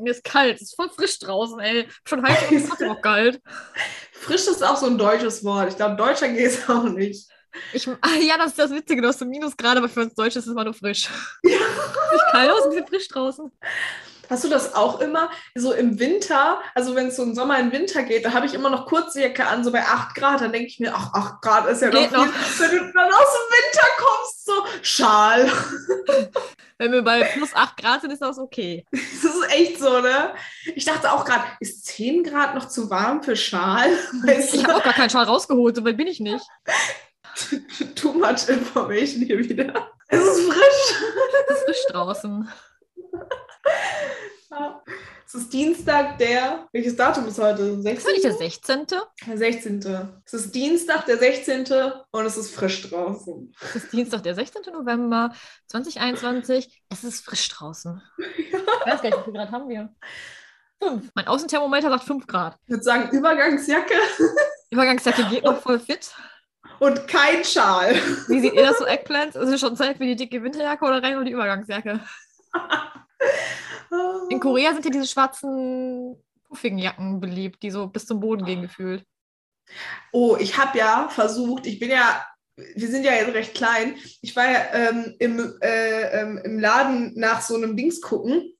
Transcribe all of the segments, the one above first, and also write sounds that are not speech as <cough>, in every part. Mir ist kalt, es ist voll frisch draußen, ey. Schon heiß, ist trotzdem auch kalt. Frisch ist auch so ein deutsches Wort. Ich glaube, Deutscher geht es <laughs> auch nicht. Ich, ah, ja, das ist das Witzige, du hast so Minus gerade, aber für uns Deutsche ist <laughs> es immer nur frisch. Ja. Nicht kalt, es ist ein bisschen frisch draußen. Hast du das auch immer so im Winter? Also, wenn es so im Sommer in den Winter geht, da habe ich immer noch Kurzjacke an, so bei 8 Grad. Dann denke ich mir, ach, 8 Grad ist ja Geht noch, viel. Wenn du dann aus dem Winter kommst, so Schal. <laughs> Wenn wir bei plus 8 Grad sind, ist das okay. Das ist echt so, ne? Ich dachte auch gerade, ist 10 Grad noch zu warm für Schal? <laughs> Weißt Ich habe auch gar keinen Schal rausgeholt, so weit bin ich nicht. du, too much information hier wieder. Es ist frisch. Es ist frisch draußen. Ja. Es ist Dienstag, der. Welches Datum ist heute? Ist das nicht 16. der 16.? Der 16. Es ist Dienstag, der 16. und es ist frisch draußen. Es ist Dienstag, der 16. November 2021. Es ist frisch draußen. Ich weiß gar nicht, wie viel Grad haben wir? Fünf. Mein Außenthermometer sagt 5 Grad. Ich würde sagen, Übergangsjacke Übergangsjacke geht noch voll fit. und kein Schal. Wie seht ihr das so, Eggplants? Es ist schon Zeit für die dicke Winterjacke oder rein nur die Übergangsjacke? In Korea sind ja diese schwarzen, puffigen Jacken beliebt, die so bis zum Boden gehen gefühlt. Oh, ich habe ja versucht, ich bin ja, wir sind ja jetzt recht klein. Ich war ja ähm, im, äh, ähm, im Laden nach so einem Dings gucken.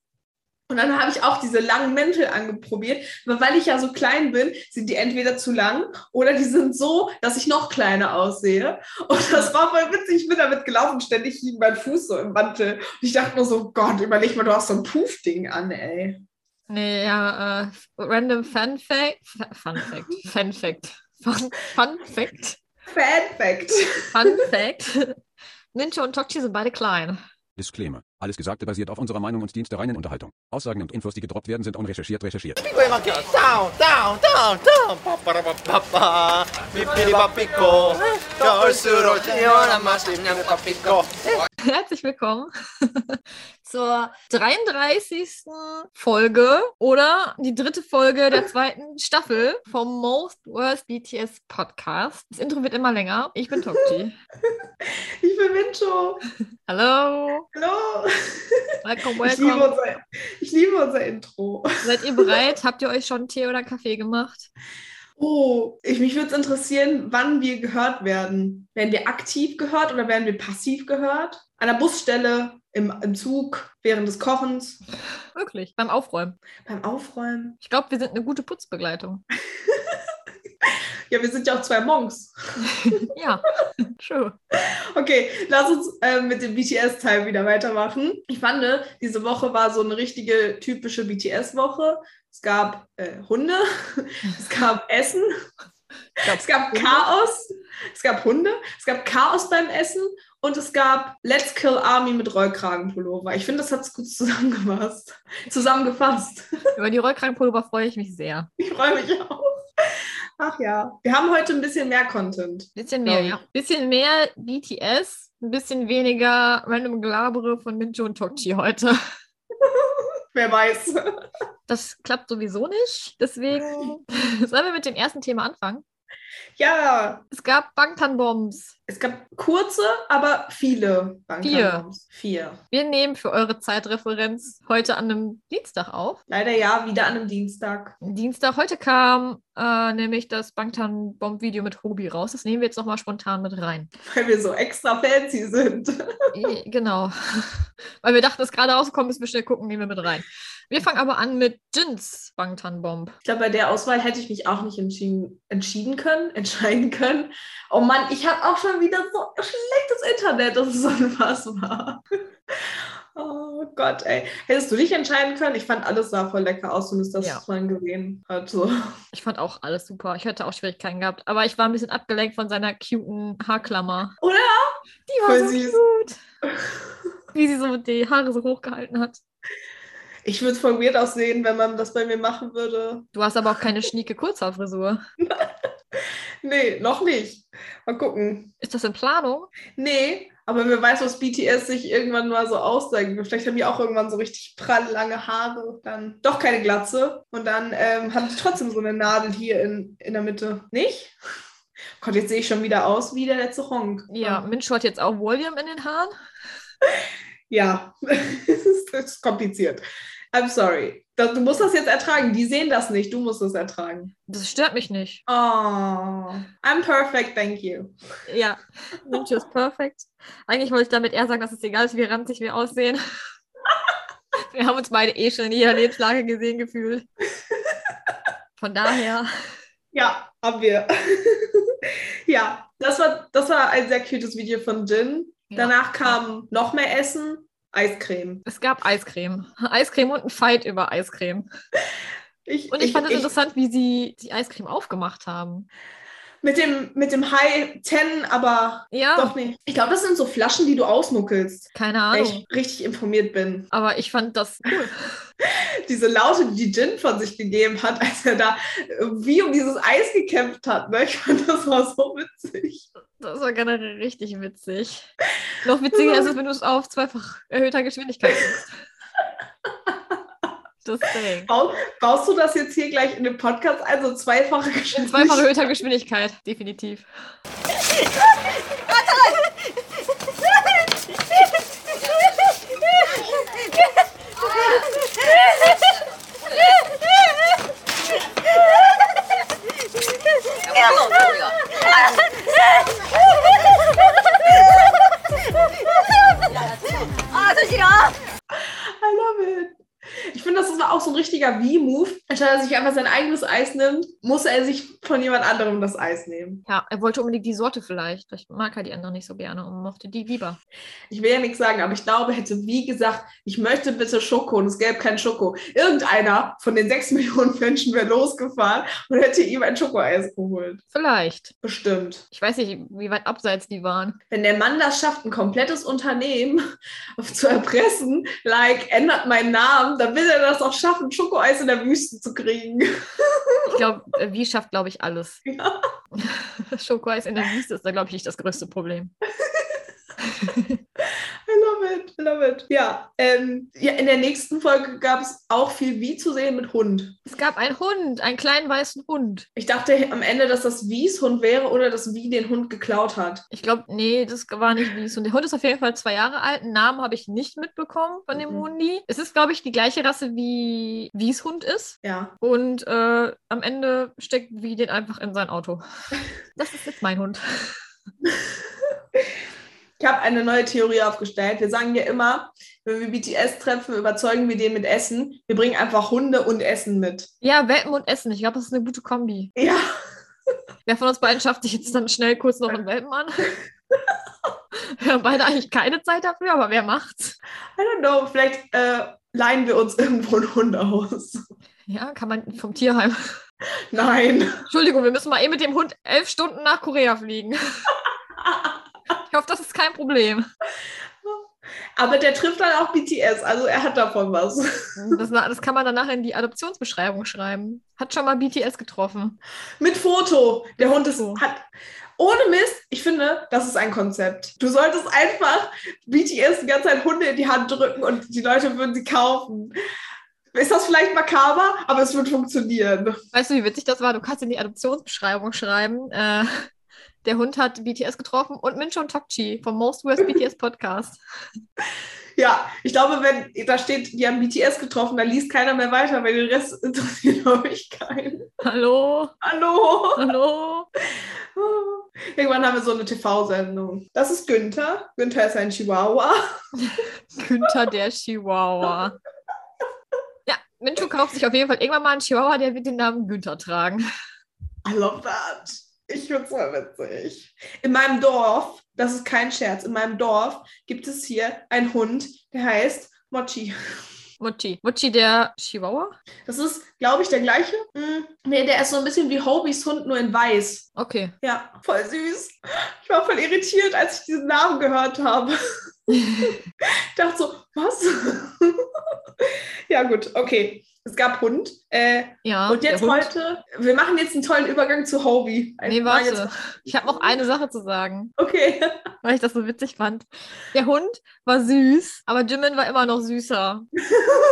Und dann habe ich auch diese langen Mäntel angeprobiert. Aber weil ich ja so klein bin, sind die entweder zu lang oder die sind so, dass ich noch kleiner aussehe. Und das war voll witzig. Ich bin damit gelaufen. Ständig hing mein Fuß so im Mantel. Und ich dachte nur so, Gott, überleg mal, du hast so ein Puff-Ding an, ey. Nee, ja, äh, random Fun Fact. Fun Fact. Fun Fact. Fun, Fun Fact. Fan-Fact. Fun Fact. Ninja und Tokchi sind beide klein. Disclaimer. Alles Gesagte basiert auf unserer Meinung und dient der reinen Unterhaltung. Aussagen und Infos, die gedroppt werden, sind unrecherchiert recherchiert. Down, down, down, down. 빠빠라빠빠빠. 비피리바삐꼬. 겨울수록 시원한 맛이 냠냠빠삐꼬. Herzlich willkommen <laughs> zur 33. Folge oder die dritte Folge <laughs> der zweiten Staffel vom Most Worst BTS Podcast. Das Intro wird immer länger. Ich bin <laughs> Tokchi. Ich bin Mincho. Hallo, Hallo. welcome, Ich liebe, welcome. unser, ich liebe unser Intro. Seid ihr bereit? Habt ihr euch schon Tee oder Kaffee gemacht? Oh, ich, mich würde es interessieren, wann wir gehört werden. Werden wir aktiv gehört oder werden wir passiv gehört? An der Busstelle, im, im Zug, während des Kochens, Wirklich, beim Aufräumen. beim Aufräumen. Ich glaube, wir sind eine gute Putzbegleitung. Ja, wir sind ja auch zwei Monks. <laughs> Ja, schön. Okay, lass uns ähm, mit dem BTS-Teil wieder weitermachen. Ich fand, ne, diese Woche war so eine richtige typische BTS-Woche. Es gab äh, Hunde, <laughs> es gab Essen, es gab Chaos, es gab Hunde, es gab Chaos beim Essen und es gab Let's Kill Army mit Rollkragenpullover. Ich finde, das hat es gut zusammengefasst. Zusammengefasst. <laughs> Über die Rollkragenpullover freue ich mich sehr. Ich freue mich auch. Ach ja, wir haben heute ein bisschen mehr Content. Bisschen mehr, Glaub ja. Bisschen mehr BTS, ein bisschen weniger random Gelabere von Minjo und Tokchi heute. Wer weiß. Das klappt sowieso nicht. Deswegen sollen wir mit dem ersten Thema anfangen. Ja, Es gab Bangtan-Bombs. Es gab kurze, aber viele Vier. Banknoten. Vier. Wir nehmen für eure Zeitreferenz heute an einem Dienstag auf. Leider ja, wieder an einem Dienstag. Dienstag, heute kam äh, nämlich das Bangtan-Bomb-Video mit Hobi raus. Das nehmen wir jetzt nochmal spontan mit rein. Weil wir so extra fancy sind. Eh, Genau. <laughs> Weil wir dachten, es ist gerade rausgekommen, müssen wir schnell gucken, nehmen wir mit rein. Wir fangen aber an mit Jins Bangtan-Bomb. Ich glaube, bei der Auswahl hätte ich mich auch nicht entschieden, entschieden können, <laughs> entscheiden können. Oh Mann, ich habe auch schon wieder so schlechtes Internet, das ist <laughs> unfassbar. Oh Gott, ey. Hättest du dich entscheiden können? Ich fand, alles sah voll lecker aus, zumindest das, Ja. was man gesehen hat. So. Ich fand auch alles super. Ich hätte auch Schwierigkeiten gehabt, aber ich war ein bisschen abgelenkt von seiner cuten Haarklammer. Oder? Die war Voll so süß. cute. <laughs> Wie sie so die Haare so hochgehalten hat. Ich würde es voll weird aussehen, wenn man das bei mir machen würde. Du hast aber auch keine schnieke Kurzhaarfrisur. Nee, noch nicht. Mal gucken. Ist das in Planung? Nee, aber wer weiß, was BTS sich irgendwann mal so ausdenkt. Vielleicht haben die auch irgendwann so richtig prall lange Haare, dann doch keine Glatze und dann ähm, haben die trotzdem so eine Nadel hier in, in der Mitte. Nicht? <laughs> Gott, jetzt sehe ich schon wieder aus wie der letzte Honk. Ja, Minshu hat jetzt auch Volume in den Haaren. <laughs> Ja, es ist kompliziert. I'm sorry. Das, du musst das jetzt ertragen. Die sehen das nicht. Du musst es ertragen. Das stört mich nicht. Oh, I'm perfect, thank you. Ja, Ninja ist perfekt. Eigentlich wollte ich damit eher sagen, dass es egal ist, wie ranzig wir aussehen. <laughs> wir haben uns beide eh schon in jeder Lebenslage gesehen <laughs> gefühlt. Von daher, Ja, haben wir. <laughs> ja, das war, das war ein sehr cutes Video von Jin. Ja. Danach kam noch mehr Essen, Eiscreme. es gab Eiscreme. Eiscreme und ein Fight über Eiscreme. Und ich, fand es ich- interessant, wie sie die Eiscreme aufgemacht haben. mit dem, mit dem High Ten, aber Ja, doch nicht. Ich glaube, das sind so Flaschen, die du ausnuckelst. keine Wenn Ahnung. ich richtig informiert bin. Aber ich fand das cool. Diese Laute, die Jin von sich gegeben hat, <laughs> als er da wie um dieses Eis gekämpft hat. Ne? Ich fand das war so witzig. Das war generell richtig witzig. Noch witziger ist es, wenn du es auf zweifach erhöhter Geschwindigkeit machst. Das Ding. Baust, baust du das jetzt hier gleich in den Podcast ein, so zweifache In Geschwindigkeit? zweifach erhöhter Geschwindigkeit, definitiv. I love it. Ich finde, das war auch so ein richtiger Wie-Move. Anstatt dass er sich einfach sein eigenes Eis nimmt, muss er sich von jemand anderem das Eis nehmen. Ja, er wollte unbedingt die Sorte vielleicht. Vielleicht mag er die andere nicht so gerne und mochte die lieber. Ich will ja nichts sagen, aber ich glaube, hätte wie gesagt, ich möchte bitte Schoko und es gäbe kein Schoko. Irgendeiner von den sechs <laughs> Millionen Menschen wäre losgefahren und hätte ihm ein Schokoeis geholt. Vielleicht. Bestimmt. Ich weiß nicht, wie weit abseits die waren. Wenn der Mann das schafft, ein komplettes Unternehmen <laughs> zu erpressen, like, ändert meinen Namen, dann will er das auch schaffen, Schokoeis in der Wüste zu kriegen. Ich glaube, äh, wie schafft, glaube ich, alles. <laughs> <laughs> Ja. Schokoeis in der Wüste ist da, glaube ich, nicht das größte Problem. I love it, I love it. Ja, ähm, ja in der nächsten Folge gab es auch viel Wie zu sehen mit Hund. Es gab einen Hund, einen kleinen weißen Hund. Ich dachte am Ende, dass das Wies Hund wäre oder dass Wie den Hund geklaut hat. Ich glaube, nee, das war nicht Wies. Und der Hund ist auf jeden Fall zwei Jahre alt. Einen Namen habe ich nicht mitbekommen von dem Mhm. Hundi. Es ist, glaube ich, die gleiche Rasse wie Wies Hund ist. Ja, Und äh, am Ende steckt Wie den einfach in sein <laughs> Auto. Das ist jetzt mein Hund. ich habe eine neue Theorie aufgestellt. Wir sagen ja immer, wenn wir BTS treffen, überzeugen wir den mit Essen. Wir bringen einfach Hunde und Essen mit. Ja, Welpen und Essen. Ich glaube, das ist eine gute Kombi. Ja, Wer von uns beiden schafft sich jetzt dann schnell kurz noch einen Welpen an? Wir haben beide eigentlich keine Zeit dafür, aber wer macht's? I don't know, vielleicht äh, leihen wir uns <laughs> irgendwo einen Hund aus. Ja, kann man vom Tierheim. Nein. Entschuldigung, wir müssen mal eh mit dem Hund elf Stunden nach Korea fliegen. Ich hoffe, das ist kein Problem. Aber der trifft dann auch BTS, also er hat davon was. Das, na- das kann man danach in die Adoptionsbeschreibung schreiben. Hat schon mal BTS getroffen. Mit Foto. Der Hund ist, Foto. hat. Ohne Mist, ich finde, das ist ein Konzept. Du solltest einfach BTS die ganze Zeit Hunde in die Hand drücken und die Leute würden sie kaufen. Ist das vielleicht makaber, aber es wird funktionieren. Weißt du, wie witzig das war? Du kannst in die Adoptionsbeschreibung schreiben. Äh, der Hund hat BTS getroffen und Minchon Tokchi vom Most Worst BTS Podcast. Ja, ich glaube, wenn da steht, die haben BTS getroffen, dann liest keiner mehr weiter, weil den Rest interessiert, <laughs> glaube ich, keinen. Hallo, Hallo! <laughs> hallo. Irgendwann haben wir so eine TV-Sendung. Das ist Günther. Günther ist ein Chihuahua. Günther der Chihuahua. Ja, Mincho kauft sich auf jeden Fall irgendwann mal einen Chihuahua, der wird den Namen Günther tragen. I love that. Ich find's voll witzig. In meinem Dorf, das ist kein Scherz, in meinem Dorf gibt es hier einen Hund, der heißt Mochi. Mochi. Mochi der Chihuahua? Das ist, glaube ich, der gleiche. Hm, nee, der ist so ein bisschen wie Hobies Hund, nur in weiß. Okay. Ja, voll süß. Ich war voll irritiert, als ich diesen Namen gehört <laughs> habe. Ich dachte so, was? <laughs> ja, gut, okay. Es gab Hund. Äh, ja. und jetzt der Hund. heute, wir machen jetzt einen tollen Übergang zu Hobie. Nee, warte. Ich habe noch eine Sache zu sagen, Okay. weil ich das so witzig fand. Der Hund war süß, aber Jimin war immer noch süßer.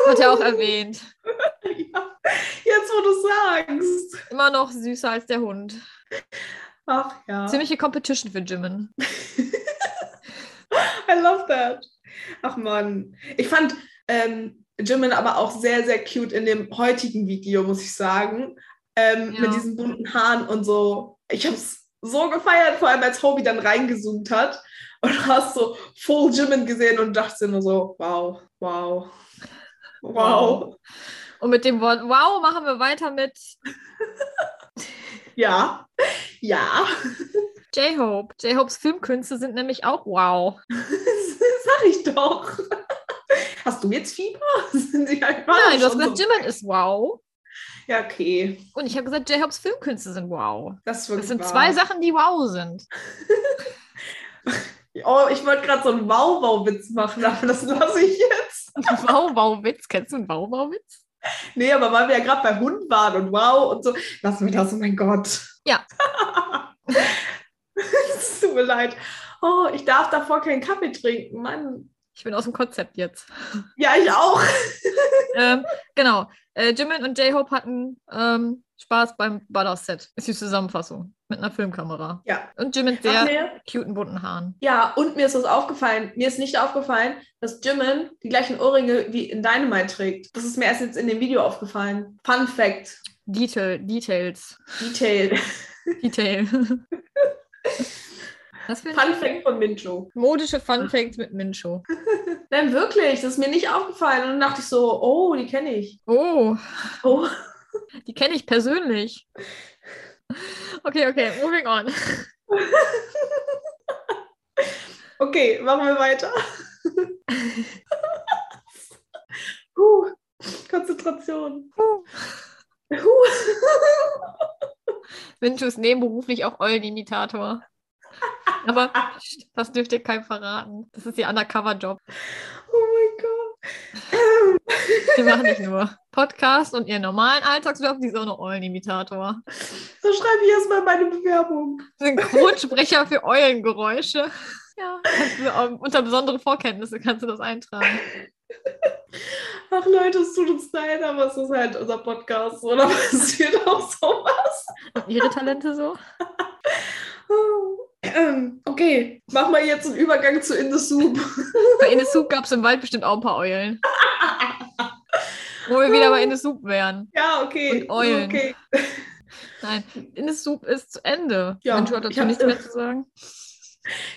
Hat er auch erwähnt. Ja, jetzt wo du sagst. Immer noch süßer als der Hund. Ach ja. Ziemliche Competition für Jimin. I love that. Ach Mann. Ich fand, ähm, Jimin aber auch sehr, sehr cute in dem heutigen Video, muss ich sagen. Ähm, Ja. Mit diesen bunten Haaren und so. Ich habe es so gefeiert, vor allem als Hobie dann reingezoomt hat und hast so Full Jimin gesehen und dachte nur so, wow, wow, wow. Und mit dem Wort Wow machen wir weiter mit Ja, ja. J-Hope. J-Hopes Filmkünste sind nämlich auch wow. <laughs> Sag ich doch. Hast du jetzt Fieber? <laughs> Sind die einfach Nein, du hast schon gesagt, so- Jimin ist wow. Ja, okay. Und ich habe gesagt, J-Hopes Filmkünste sind wow. Das, ist Das wirklich sind wahr. zwei Sachen, die wow sind. Oh, ich wollte gerade so einen Wow-Wow-Witz machen, aber das lasse ich jetzt. <laughs> Wow, wow, Witz. Kennst du einen Wow, wow, Witz? Nee, aber weil wir ja gerade bei Hund waren und wow und so, lassen wir das, oh mein Gott. Ja. <laughs> Es tut mir leid. Oh, ich darf davor keinen Kaffee trinken, Mann. Ich bin aus dem Konzept jetzt. Ja, ich auch. ähm, genau. Äh, Jimin und J-Hope hatten ähm, Spaß beim Badass-Set. Ist die Zusammenfassung. Mit einer Filmkamera. Ja. Und Jimin Ach, sehr nee. cuten bunten Haaren. Ja, und mir ist was aufgefallen. Mir ist nicht aufgefallen, dass Jimin die gleichen Ohrringe wie in Dynamite trägt. Das ist mir erst jetzt in dem Video aufgefallen. Fun Fact. Detail, Details. Detail. <laughs> Detail. das finde Fun Fact von Mincho. ich modische Funfacts mit Mincho. Nein, wirklich, das ist mir nicht aufgefallen. Und dann dachte ich so, oh, die kenne ich. Oh, Oh. die kenne ich persönlich. Okay, okay, moving on. Okay, machen wir weiter. Huh. Konzentration. Huh. Huh. Mincho ist nebenberuflich auch Eulenimitator. Aber pst, das dürft ihr keinem verraten. Das ist ihr Undercover-Job. <laughs> Oh mein Gott. Die machen nicht nur Podcast und ihren normalen Alltagsjob, die ist auch noch Eulenimitator. So schreibe ich erstmal meine Bewerbung. Synchronsprecher für Eulengeräusche. Ja, kannst du, ähm, unter besonderen Vorkenntnisse kannst du das eintragen. Ach Leute, es tut uns leid, aber es ist halt unser Podcast. Oder <laughs> passiert auch sowas? Und ihre Talente so? Ähm, Okay, mach mal jetzt einen Übergang zu In the Soup. <laughs> Bei Inesoup gab es im Wald bestimmt auch ein paar Eulen. Wo wir wieder bei Inesoup wären. Ja, okay. Und Eulen. Okay. Nein, Inesoup ist zu Ende. Ja, Ja, Mensch hat ich dazu hab- nichts mehr zu sagen.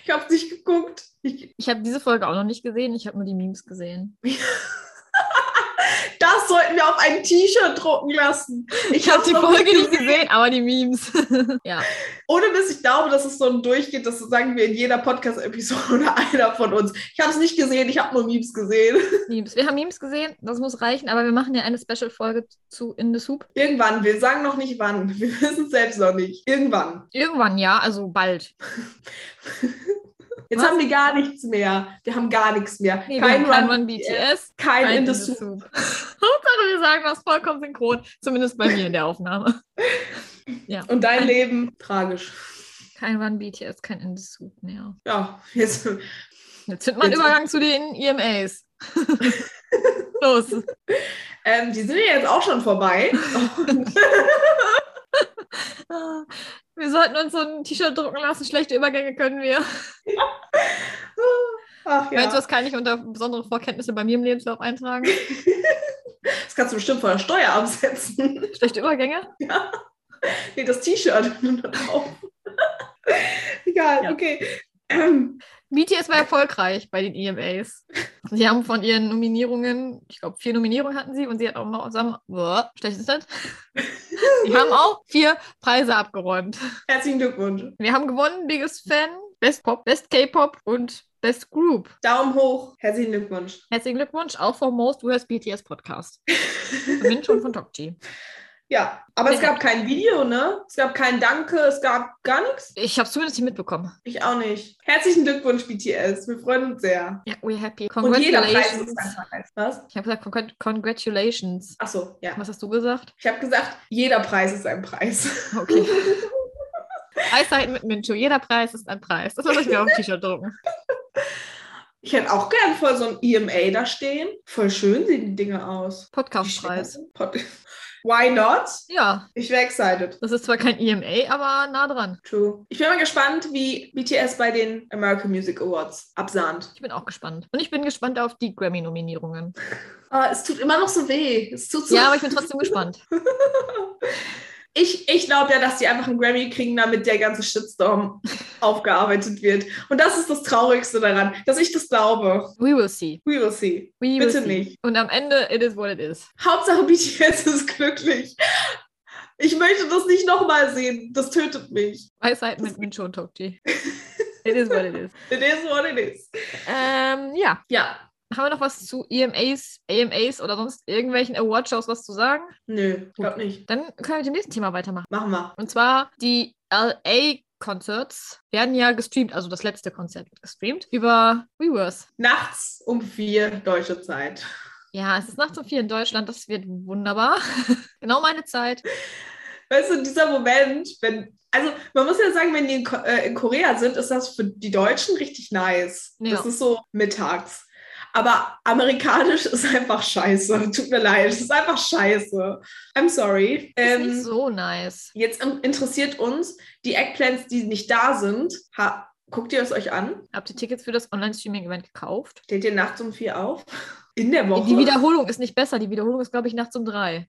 Ich hab's nicht geguckt. Ich, Ich habe diese Folge auch noch nicht gesehen, ich habe nur die Memes gesehen. das sollten wir auf ein T-Shirt drucken lassen. Ich habe hab's die noch Folge nicht gesehen, aber die Memes. <laughs> ja, Ohne Mist, ich glaube, dass es so ein Durchgeht, das sagen wir in jeder Podcast-Episode <laughs> oder einer von uns. Ich habe es nicht gesehen, ich habe nur Memes gesehen. Memes. Wir haben Memes gesehen, das muss reichen, aber wir machen ja eine Special-Folge zu In the Soup. Irgendwann, wir sagen noch nicht wann. Wir wissen es selbst noch nicht. Irgendwann. Irgendwann ja, also bald. Jetzt Was? haben wir gar nichts mehr. Wir haben gar nichts mehr. Nee, kein kein wir haben Run, Run BTS. kein kein In the Soup. <laughs> Hauptsache, wir sagen das vollkommen synchron, zumindest bei mir in der Aufnahme. Und dein Leben, tragisch. Kein Run BTS, kein Indesoup mehr. Ja, jetzt. Jetzt findet man Jetzt- Übergang zu den <laughs> EMAs. Los. Ähm, die sind ja jetzt auch schon <laughs> vorbei. Ah, Wir sollten uns so ein T-Shirt drucken lassen. Schlechte Übergänge können wir. Ach Meinst du, ja. das kann ich unter besondere Vorkenntnisse bei mir im Lebenslauf eintragen? <laughs> Das kannst du bestimmt von der Steuer absetzen. <laughs> Schlechte Übergänge? nee, das T-Shirt. <laughs> da drauf. Egal, Ja. okay. <clears throat> Ähm, BTS war erfolgreich bei den EMAs. Sie haben von ihren Nominierungen, ich glaube, vier Nominierungen hatten sie und sie hat auch noch zusammen. Boah, schlecht ist das. Sie haben auch vier Preise abgeräumt. Herzlichen Glückwunsch. Wir haben gewonnen, Biggest Fan, Best Pop, Best K-Pop und Best Group. Daumen hoch. Herzlichen Glückwunsch. Herzlichen Glückwunsch auch vom Most Worst BTS Podcast. Von Minch und von Tokji. Ja, aber es gab kein Video, ne? Es gab kein Danke, es gab gar nichts. Ich habe zumindest nicht mitbekommen. Ich auch nicht. Herzlichen Glückwunsch, BTS. Wir freuen uns sehr. Ja, we're happy. Und jeder Preis Congratulations. ist ein Preis. Was? Ich habe gesagt, congrat- congratulations. Achso, ja. Was hast du gesagt? Ich habe gesagt, jeder Preis ist ein Preis. <laughs> Okay. Eiszeiten mit Mincho. Jeder Preis ist ein Preis. Das soll ich mir auf ein T-Shirt <laughs> drucken. Ich hätte auch gern E voll so ein EMA da stehen. Voll schön sehen die Dinge aus. Die Podcastpreis. stehen- Pod- <laughs> Why not? Ja, Ich wäre excited. das ist zwar kein EMA, aber nah dran. True. Ich bin mal gespannt, wie BTS bei den American Music Awards absahnt. Ich bin auch gespannt. Und ich bin gespannt auf die <laughs> Grammy-Nominierungen. Ah, es tut immer noch so weh. Es tut so Ja, aber ich bin trotzdem gespannt. Ich, ich glaube ja, dass die einfach einen Grammy kriegen, damit der ganze <laughs> Shitstorm aufgearbeitet wird. Und das ist das Traurigste daran, dass ich das glaube. We will see. We will see. We will Bitte see. nicht. Und am Ende, it is what it is. Hauptsache BTS ist glücklich. Ich möchte das nicht nochmal sehen. Das tötet mich. Weisheit <laughs> mit Mincho und Tokji. It is what it is. It is what it is. Ähm, ja. Ja. Haben wir noch was zu E EMAs, AMAs oder sonst irgendwelchen Awardshows was zu sagen? Nö, glaub nicht. Dann können wir mit dem nächsten Thema weitermachen. Machen wir. Und zwar die LA Concerts werden ja gestreamt, also das letzte Konzert wird gestreamt über Weverse. Nachts um vier deutsche Zeit. Ja, es ist nachts um vier in Deutschland, das wird wunderbar. <laughs> genau meine Zeit. Weißt du, dieser Moment, wenn, also man muss ja sagen, wenn die in, Ko äh, in Korea sind, ist das für die Deutschen richtig nice. Ja. Das ist so mittags. Aber amerikanisch ist einfach scheiße. Tut mir leid, es ist einfach scheiße. I'm sorry. ist Ähm, nicht so nice. Jetzt in- interessiert uns die Eggplants, die nicht da sind. Ha Guckt ihr es euch an? Habt ihr Tickets für das Online-Streaming-Event gekauft? Steht ihr nachts um vier auf? <laughs> In der Woche? Die Wiederholung ist nicht besser. Die Wiederholung ist, glaube ich, nachts um drei.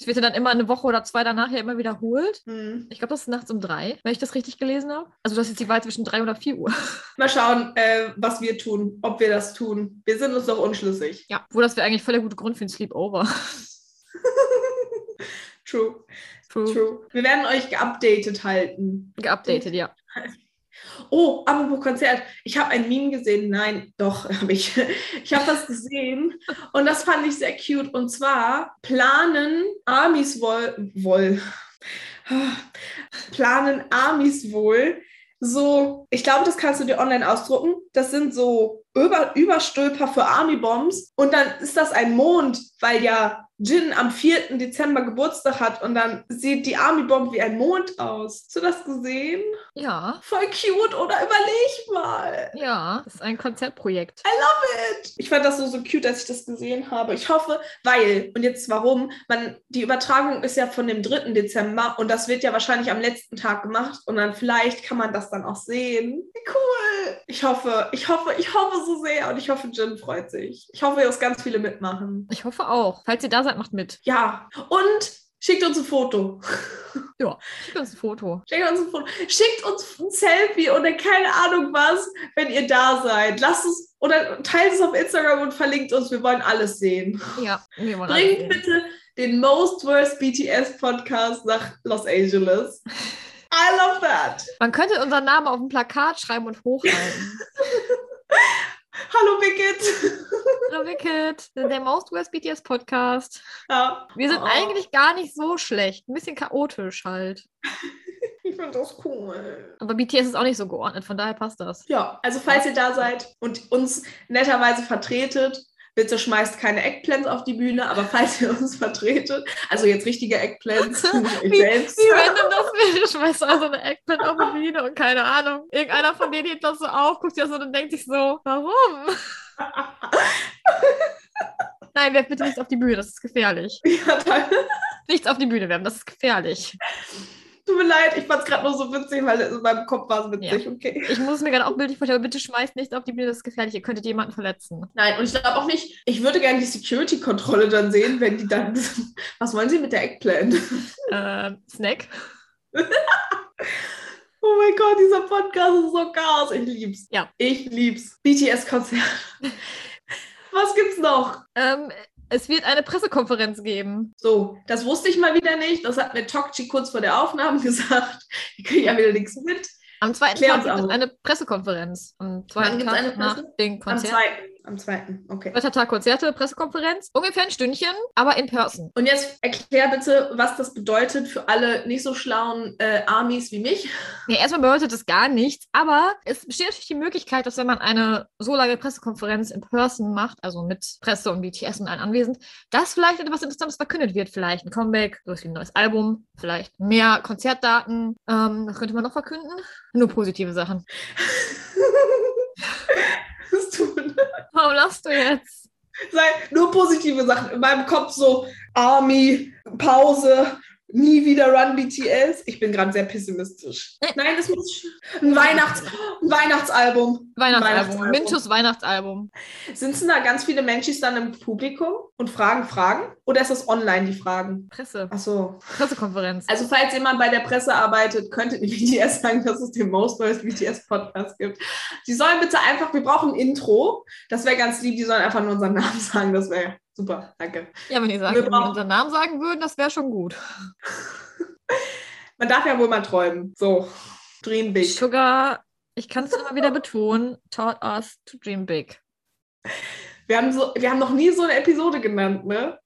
Es wird ja dann immer eine Woche oder zwei danach ja immer wiederholt. Hm. Ich glaube, das ist nachts um drei, wenn ich das richtig gelesen habe. Also das ist jetzt die Wahl zwischen drei oder vier Uhr. Mal schauen, äh, was wir tun, ob wir das tun. Wir sind uns noch unschlüssig. Ja. Wo das wäre eigentlich voll der gute Grund für ein Sleepover. True, True. true. Wir werden euch geupdatet halten. Geupdatet, ja. Oh, apropos Konzert. Ich habe ein Meme gesehen. Nein, doch, <laughs> habe ich. Ich habe das gesehen und das fand ich sehr cute. Und zwar planen Amis wohl, wohl <sighs> planen Amis wohl so, ich glaube, das kannst du dir online ausdrucken. Das sind so Über Überstülper für Army-Bombs. Und dann ist das ein Mond, weil ja Jin am 4. Dezember Geburtstag hat. Und dann sieht die Army-Bomb wie ein Mond aus. Hast du das gesehen? Ja. Voll cute, oder? Überleg mal. Ja. Das ist ein Konzertprojekt. Ich fand das so, so cute, als ich das gesehen habe. Ich hoffe, weil, und jetzt warum, man, die Übertragung ist ja von dem 3. Dezember und das wird ja wahrscheinlich am letzten Tag gemacht und dann vielleicht kann man das dann auch sehen. Wie cool. Ich hoffe, ich hoffe, ich hoffe so sehr und ich hoffe, Jin freut sich. Ich hoffe, dass ganz viele mitmachen. Ich hoffe auch. Falls ihr da seid, macht mit. Ja, und schickt uns ein Foto. Schickt uns ein Foto. Schickt uns ein Foto. Schickt uns ein Selfie oder keine Ahnung was, wenn ihr da seid. Lasst es oder teilt es auf Instagram und verlinkt uns. Wir wollen alles sehen. Ja. Wir wollen alle Bringt sehen. bitte den Most Worst BTS Podcast nach Los Angeles. I love that. Man könnte unseren Namen auf ein Plakat schreiben und <laughs> hochhalten. Hallo Wicked. Hallo Wicked, der Most Worst BTS Podcast. <laughs> Ja, Wir sind Oh. eigentlich gar nicht so schlecht. Ein bisschen chaotisch halt. ich finde das cool. Aber BTS ist auch nicht so geordnet, von daher passt das. Ja, also falls ihr da seid und uns netterweise vertretet, bitte schmeißt keine Eggplants auf die Bühne, aber falls ihr uns vertretet, also jetzt richtige Eggplants, nicht euch Wie- selbst. Wie random das wäre, schmeißt also eine Eggplant auf die Bühne und keine Ahnung. Irgendeiner von denen hebt das so auf, guckt ja so und denkt sich so, <laughs> warum? Nein, werft bitte nichts auf die Bühne, das ist gefährlich. Ja, danke. Nichts auf die Bühne werfen, das ist gefährlich. <laughs> Tut mir leid, ich fand es gerade nur so witzig, weil in meinem Kopf war es witzig, okay. Ich muss es mir gerade auch bildlich vorstellen, aber bitte schmeißt nichts auf die Bühne, das ist gefährlich. Ihr könntet jemanden verletzen. Nein, und ich glaube auch nicht, ich würde gerne die Security-Kontrolle dann sehen, wenn die dann, <laughs> was wollen sie mit der Eggplant? Ähm, Snack. <laughs> Oh mein Gott, dieser Podcast ist so Chaos, ich lieb's. Ja. Ich lieb's. <laughs> BTS-Konzert. Was gibt's noch? Ähm, es wird eine Pressekonferenz geben. So, das wusste ich mal wieder nicht. Das hat mir Tokchi kurz vor der Aufnahme <laughs> gesagt. Ich kriege ja wieder nichts mit. Am zweiten Klär Tag uns gibt es auf. eine Pressekonferenz. Am zweiten gibt's Tag eine nach Presse- dem Am Konzert. zweiten. Am zweiten, okay. Dritter Tag Konzerte, Pressekonferenz. Ungefähr ein Stündchen, aber in person. Und jetzt erklär bitte, was das bedeutet für alle nicht so schlauen äh, Armies wie mich. <laughs> Ja, erstmal bedeutet das gar nichts, aber es besteht natürlich die Möglichkeit, dass wenn man eine so lange Pressekonferenz in person macht, also mit Presse und BTS und allen anwesend, dass vielleicht etwas Interessantes verkündet wird. Vielleicht ein Comeback, sowas wie ein neues Album, vielleicht mehr Konzertdaten. Ähm, was könnte man noch verkünden? Nur positive Sachen. <laughs> Das tut mir Warum lachst du jetzt? Sei nur positive Sachen. In meinem Kopf so Army, Pause, nie wieder Run BTS. Ich bin gerade sehr pessimistisch. Nein, das muss ein, Weihnachts ein Weihnachtsalbum. Weihnachtsalbum. Weihnachtsalbum. Mintus Weihnachtsalbum. Sitzen da ganz viele Menschen dann im Publikum und fragen Fragen? Oder ist das online die Fragen? Presse. Ach so. Pressekonferenz. Also falls jemand bei der Presse arbeitet, könntet ihr BTS <laughs> sagen, dass es den Most Neues BTS Podcast gibt. Die sollen bitte einfach, wir brauchen ein Intro. Das wäre ganz lieb. Die sollen einfach nur unseren Namen <laughs> sagen. Das wäre super. Danke. Ja, wenn die sagen, Wir wenn die brauchen- unseren Namen sagen würden, das wäre schon gut. Man darf ja wohl mal träumen. So, dream big. Sugar, ich kann es immer wieder betonen, taught us to dream big. Wir haben, so, wir haben noch nie so eine Episode genannt, ne?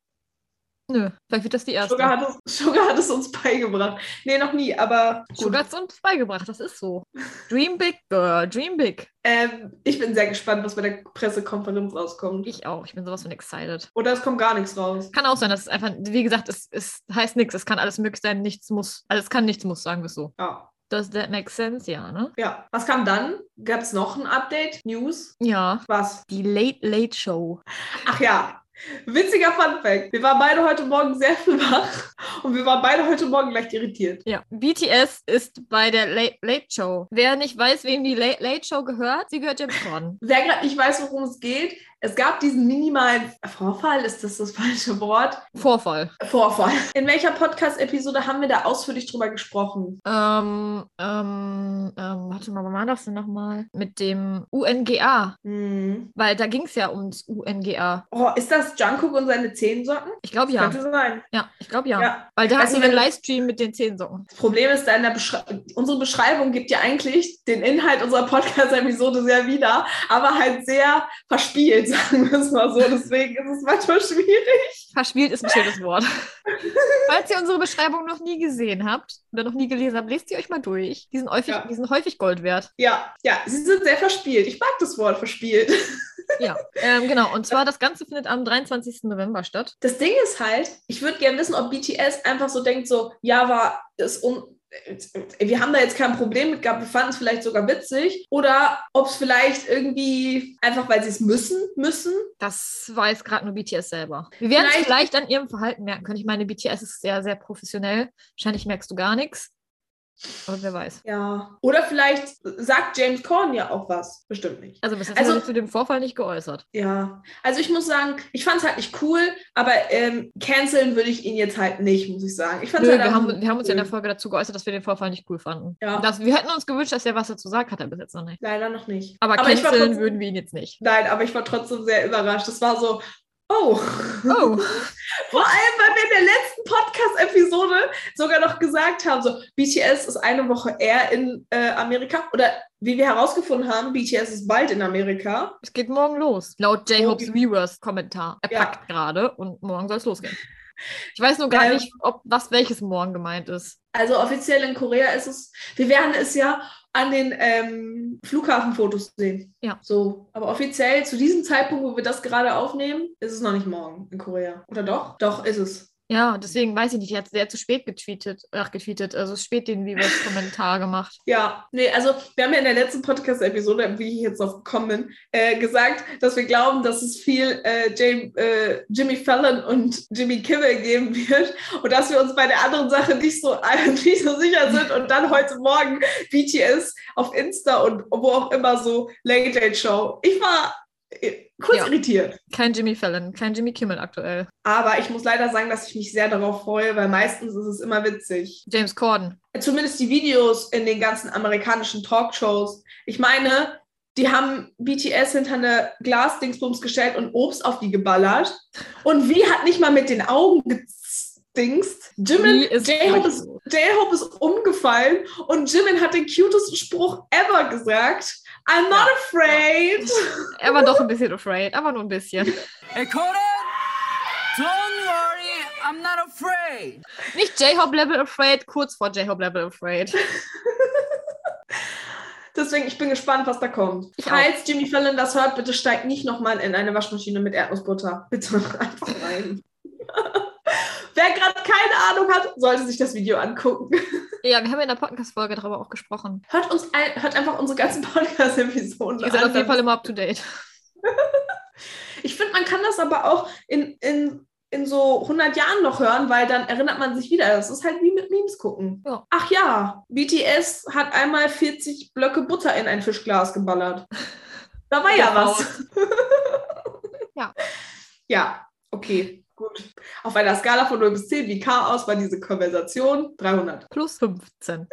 Nö, vielleicht wird das die erste. Sugar hat, es, <laughs> Sugar hat es uns beigebracht. Nee, noch nie, aber gut. Sugar hat's uns beigebracht, das ist so. Dream big, girl, dream big. Ähm, ich bin sehr gespannt, was bei der Pressekonferenz rauskommt. Ich auch, ich bin sowas von excited. Oder es kommt gar nichts raus. Kann auch sein, dass es einfach, wie gesagt, es, es heißt nichts, es kann alles möglich sein, nichts muss. Alles kann nichts muss, sagen wir es so. Ja. Does that make sense? Ja, ne? ja. Was kam dann? Gab es noch ein Update? News? Ja. Was? Die Late Late Show. Ach ja. Witziger Fun Fact. Wir waren beide heute Morgen sehr <laughs> früh wach und wir waren beide heute Morgen leicht irritiert. Ja, BTS ist bei der Late Late Show. Wer nicht weiß, wem die Late Late Show gehört, sie gehört James <laughs> Corden. Wer gerade nicht weiß, worum es geht, es gab diesen minimalen Vorfall, ist das das falsche Wort? Vorfall. Vorfall. In welcher Podcast-Episode haben wir da ausführlich drüber gesprochen? Ähm, ähm, ähm, warte mal, wann war das denn nochmal? Mit dem UNGA, Hm. weil da ging es ja ums UNGA. Oh, ist das Jungkook und seine Zehensocken? Ich glaube ja. Könnte sein. Ja, ich glaube ja. Ja. Weil da Also hatten wir einen wenn- Livestream mit den Zehensocken. Das Problem ist, da in der Beschrei unsere Beschreibung gibt ja eigentlich den Inhalt unserer Podcast-Episode sehr wieder, aber halt sehr verspielt, <laughs> sagen wir es mal so. Deswegen ist es manchmal schwierig. Verspielt ist ein schönes <laughs> Wort. Falls ihr unsere Beschreibung noch nie gesehen habt oder noch nie gelesen habt, lest sie euch mal durch. Die sind häufig, Ja. die sind häufig Gold wert. Ja, ja, sie sind sehr verspielt. Ich mag das Wort verspielt. Ja, ähm, genau. Und zwar, das Ganze findet am 23. November statt. Das Ding ist halt, ich würde gerne wissen, ob BTS einfach so denkt, so, ja, war es un wir haben da jetzt kein Problem mit gehabt, wir fanden es vielleicht sogar witzig oder ob es vielleicht irgendwie einfach, weil sie es müssen, müssen. Das weiß gerade nur BTS selber. Wir werden es Vielleicht- vielleicht an ihrem Verhalten merken können. Ich meine, BTS ist sehr, sehr professionell. Wahrscheinlich merkst du gar nichts. Aber wer weiß. Ja. Oder vielleicht sagt James Corden ja auch was. Bestimmt nicht. Also bis jetzt Also- hat er sich zu dem Vorfall nicht geäußert. Ja. Also ich muss sagen, ich fand es halt nicht cool, aber ähm, canceln würde ich ihn jetzt halt nicht, muss ich sagen. Ich fand's Nö, halt wir, einfach haben, nicht wir haben uns ja in der cool. Folge dazu geäußert, dass wir den Vorfall nicht cool fanden. Ja. Das, wir hätten uns gewünscht, dass er was dazu sagt, hat er bis jetzt noch nicht. Leider noch nicht. Aber, ich war canceln trotzdem, würden wir ihn jetzt nicht. Nein, aber ich war trotzdem sehr überrascht. Das war so, oh. Oh, Vor allem, weil wir in der letzten Podcast-Episode sogar noch gesagt haben, so BTS ist eine Woche eher in äh, Amerika oder wie wir herausgefunden haben, BTS ist bald in Amerika. es geht morgen los. Laut J-Hopes Morgen. Viewers Kommentar. Er Ja. packt gerade und morgen soll es losgehen. Ich weiß nur gar Ähm. nicht, ob was welches morgen gemeint ist. Also offiziell in Korea ist es, wir werden es ja an den ähm, Flughafenfotos sehen. Ja. So, aber offiziell zu diesem Zeitpunkt, wo wir das gerade aufnehmen, ist es noch nicht morgen in Korea. Oder doch? Doch, ist es. Ja, deswegen weiß ich nicht. Er hat sehr zu spät getweetet, ach, getweetet, also spät den Viewers Kommentar gemacht. Ja, nee, also wir haben ja in der letzten Podcast-Episode, wie ich jetzt drauf gekommen bin, äh, gesagt, dass wir glauben, dass es viel äh, Jam- äh, Jimmy Fallon und Jimmy Kimmel geben wird und dass wir uns bei der anderen Sache nicht so, <laughs> nicht so sicher sind und dann heute Morgen BTS auf Insta und wo auch immer so Late Late Show. Ich war äh, kurz Ja. irritiert. Kein Jimmy Fallon, kein Jimmy Kimmel aktuell. Aber ich muss leider sagen, dass ich mich sehr darauf freue, weil meistens ist es immer witzig. James Corden. zumindest die Videos in den ganzen amerikanischen Talkshows. Ich meine, die haben BTS hinter eine Glasdingsbums gestellt und Obst auf die geballert. Und wie hat nicht mal mit den Augen gedingst? Jimin, Wie ist J-Hope Rick ist, J-Hope ist umgefallen und Jimin hat den cutesten Spruch ever gesagt. I'm not afraid. Er war doch ein bisschen afraid, aber nur ein bisschen. Hey, Conan! Don't worry, I'm not afraid. Nicht J-Hop Level Afraid, kurz vor J-Hop Level Afraid. Deswegen, ich bin gespannt, was da kommt. Ich auch. Falls Jimmy Fallon das hört, bitte steigt nicht nochmal in eine Waschmaschine mit Erdnussbutter. Bitte <laughs> einfach rein. Wer gerade keine Ahnung hat, sollte sich das Video angucken. <laughs> Ja, wir haben in der Podcast-Folge darüber auch gesprochen. Hört, uns ein, hört einfach unsere ganzen <laughs> Podcast-Episoden Ihr seid auf jeden an. Fall immer up to date. Ich finde, man kann das aber auch in, in, in so 100 Jahren noch hören, weil dann erinnert man sich wieder. Das ist halt wie mit Memes gucken. Ja. Ach ja, BTS hat einmal 40 Blöcke Butter in ein Fischglas geballert. Da war ja was. <laughs> Ja. Ja, okay, gut. Auf einer Skala von 0 bis 10, wie chaos war diese Konversation? 300. Plus 15.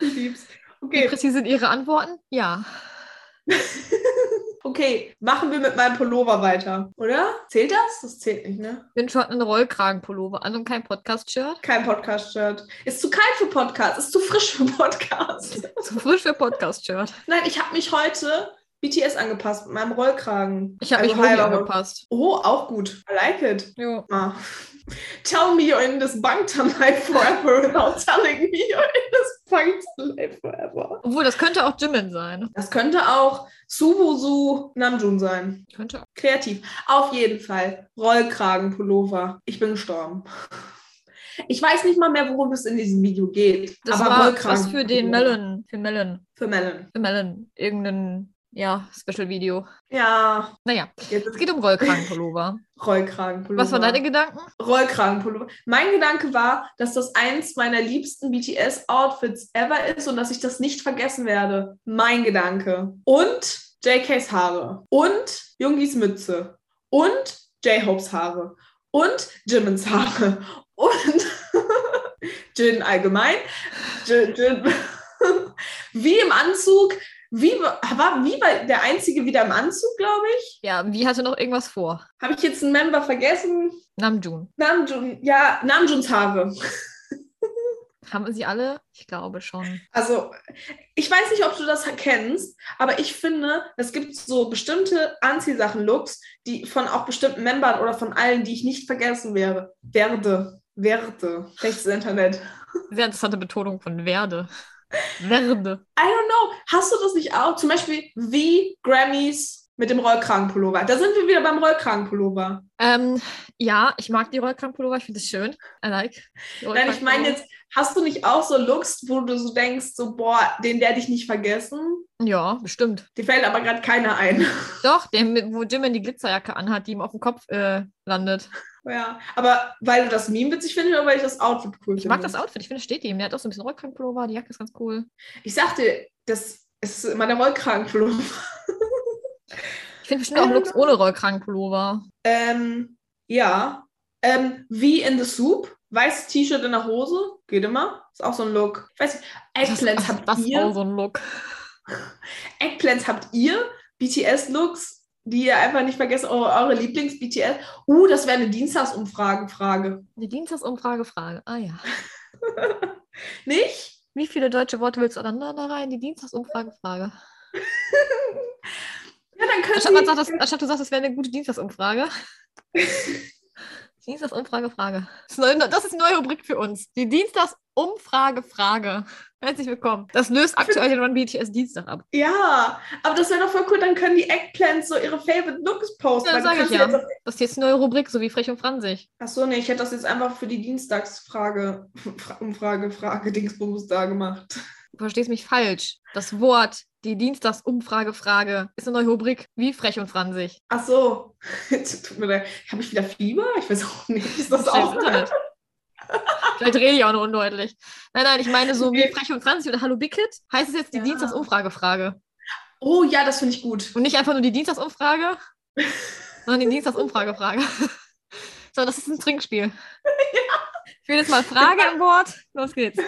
Ich lieb's. Wie Okay. präzise sind Ihre Antworten? Ja. Okay, machen wir mit meinem Pullover weiter, oder? Zählt das? Das zählt nicht, ne? Binge hat einen Rollkragenpullover an und kein Podcast-Shirt. <laughs> Kein Podcast-Shirt. Ist zu kalt für Podcast, ist zu frisch für Podcast. Zu frisch für Podcast-Shirt. Nein, ich habe mich heute BTS angepasst mit meinem Rollkragen. Also Ich habe mich halber Hoodie Roll- angepasst. Oh, auch gut. I like it. Jo. Ah. Tell me you're in this bunk tonight forever without telling me you're in this bunk tonight forever. Obwohl, das könnte auch Jimin sein. Das könnte auch Subusu Namjoon sein. Könnte auch. Kreativ. Auf jeden Fall. Rollkragenpullover. Ich bin gestorben. Ich weiß nicht mal mehr, worum es in diesem Video geht. Das aber war Rollkragenpullover. was für den Melon. Für Melon. Für Melon. Für Melon. Irgendein, ja, Special-Video. Ja, Naja, jetzt es ist geht um <laughs> Rollkragenpullover. Rollkragenpullover. Was waren deine Gedanken? Rollkragenpullover. Mein Gedanke war, dass das eins meiner liebsten BTS-Outfits ever ist und dass ich das nicht vergessen werde. Mein Gedanke. Und JKs Haare. Und Jungis Mütze. Und J-Hopes Haare. Und Jimmins Haare. Und <laughs> Jin allgemein. Jin, Jin. <laughs> Wie im Anzug. Wie, war wie bei der Einzige wieder im Anzug, glaube ich. Ja, wie hatte noch irgendwas vor? Habe ich jetzt einen Member vergessen? Namjoon. Namjoon, ja, Namjoons Haare. Haben sie alle? Ich glaube schon. Also, ich weiß nicht, ob du das kennst, aber ich finde, es gibt so bestimmte Anziehsachen-Looks, die von auch bestimmten Membern oder von allen, die ich nicht vergessen wäre, werde, werde. Rechtes Internet. Sehr interessante Betonung von <laughs> Werde. Werde. I don't know. Hast du das nicht auch? Zum Beispiel wie Grammys mit dem Rollkragenpullover. Da sind wir wieder beim Rollkragenpullover. Ähm, ja, ich mag die Rollkragenpullover. Ich finde es schön. I like. die Nein, ich meine Rollkragenpullover. jetzt, hast du nicht auch so Looks, wo du so denkst, so, boah, den werde ich nicht vergessen? Ja, bestimmt. Dir fällt aber gerade keiner ein. Doch, der, mit- wo Jimin die Glitzerjacke anhat, die ihm auf dem Kopf äh, landet. Ja, aber weil du das Meme witzig findest oder weil ich das Outfit cool Ich finde? mag das Outfit. Ich finde, es steht ihm. Der hat auch so ein bisschen Rollkragenpullover. Die Jacke ist ganz cool. Ich sagte, das ist immer der Rollkragenpullover. Ich finde bestimmt auch Looks ohne Rollkragenpullover. <laughs> Ähm, ja. Ähm, wie in the Soup. Weißes T-Shirt in der Hose. Geht immer. Ist auch so ein Look. Ich weiß nicht. Eggplants das, habt das ist auch ihr. so ein Look. Eggplants habt ihr. BTS-Looks, die ihr einfach nicht vergesst. Oh, eure Lieblings-BTS. Uh, das wäre eine Dienstagsumfrage-Frage. Eine Dienstagsumfrage, Frage. Ah ja. Nicht? Wie viele deutsche Worte willst du dann da da rein? Die Dienstagsumfrage, Frage. Ja, dann könnt <laughs> Anstatt, man sagt, ihr. das, anstatt du sagst, das wäre eine gute Dienstagsumfrage. <laughs> Dienstagsumfrage, Frage. Das ist, neu, das ist eine neue Rubrik für uns. Die Dienstagsumfrage, Frage. Herzlich willkommen. Das löst aktuell den Run BTS Dienstag ab. Ja, aber das wäre doch voll cool. Dann können die Eggplants so ihre Favorite-Looks posten. Ja, Weil du sag ich kannst ja. jetzt auf Das hier ist eine neue Rubrik, so wie frech und franzig. Ach so, nee, ich hätte das jetzt einfach für die Dienstagsfrage, <laughs> Fra- Umfrage, Frage, Dingsbums da gemacht. Du verstehst mich falsch. Das Wort, die Dienstagsumfrage, Frage, ist eine neue Rubrik, wie frech und franzig. Ach so, <laughs> jetzt tut mir leid. Habe ich wieder Fieber? Ich weiß auch nicht. Ist das Scheiß auch? Internet. Vielleicht rede ich auch nur undeutlich. Nein, nein, ich meine so wie frech und franzig oder Hallo Bicket heißt es jetzt die Ja. Dienstagsumfrage-Frage. <laughs> Oh ja, das finde ich gut. Und nicht einfach nur die Dienstagsumfrage, sondern die Dienstagsumfrage-Frage. So, das ist ein Trinkspiel. Ich will jetzt mal Frage an Bord. Los geht's.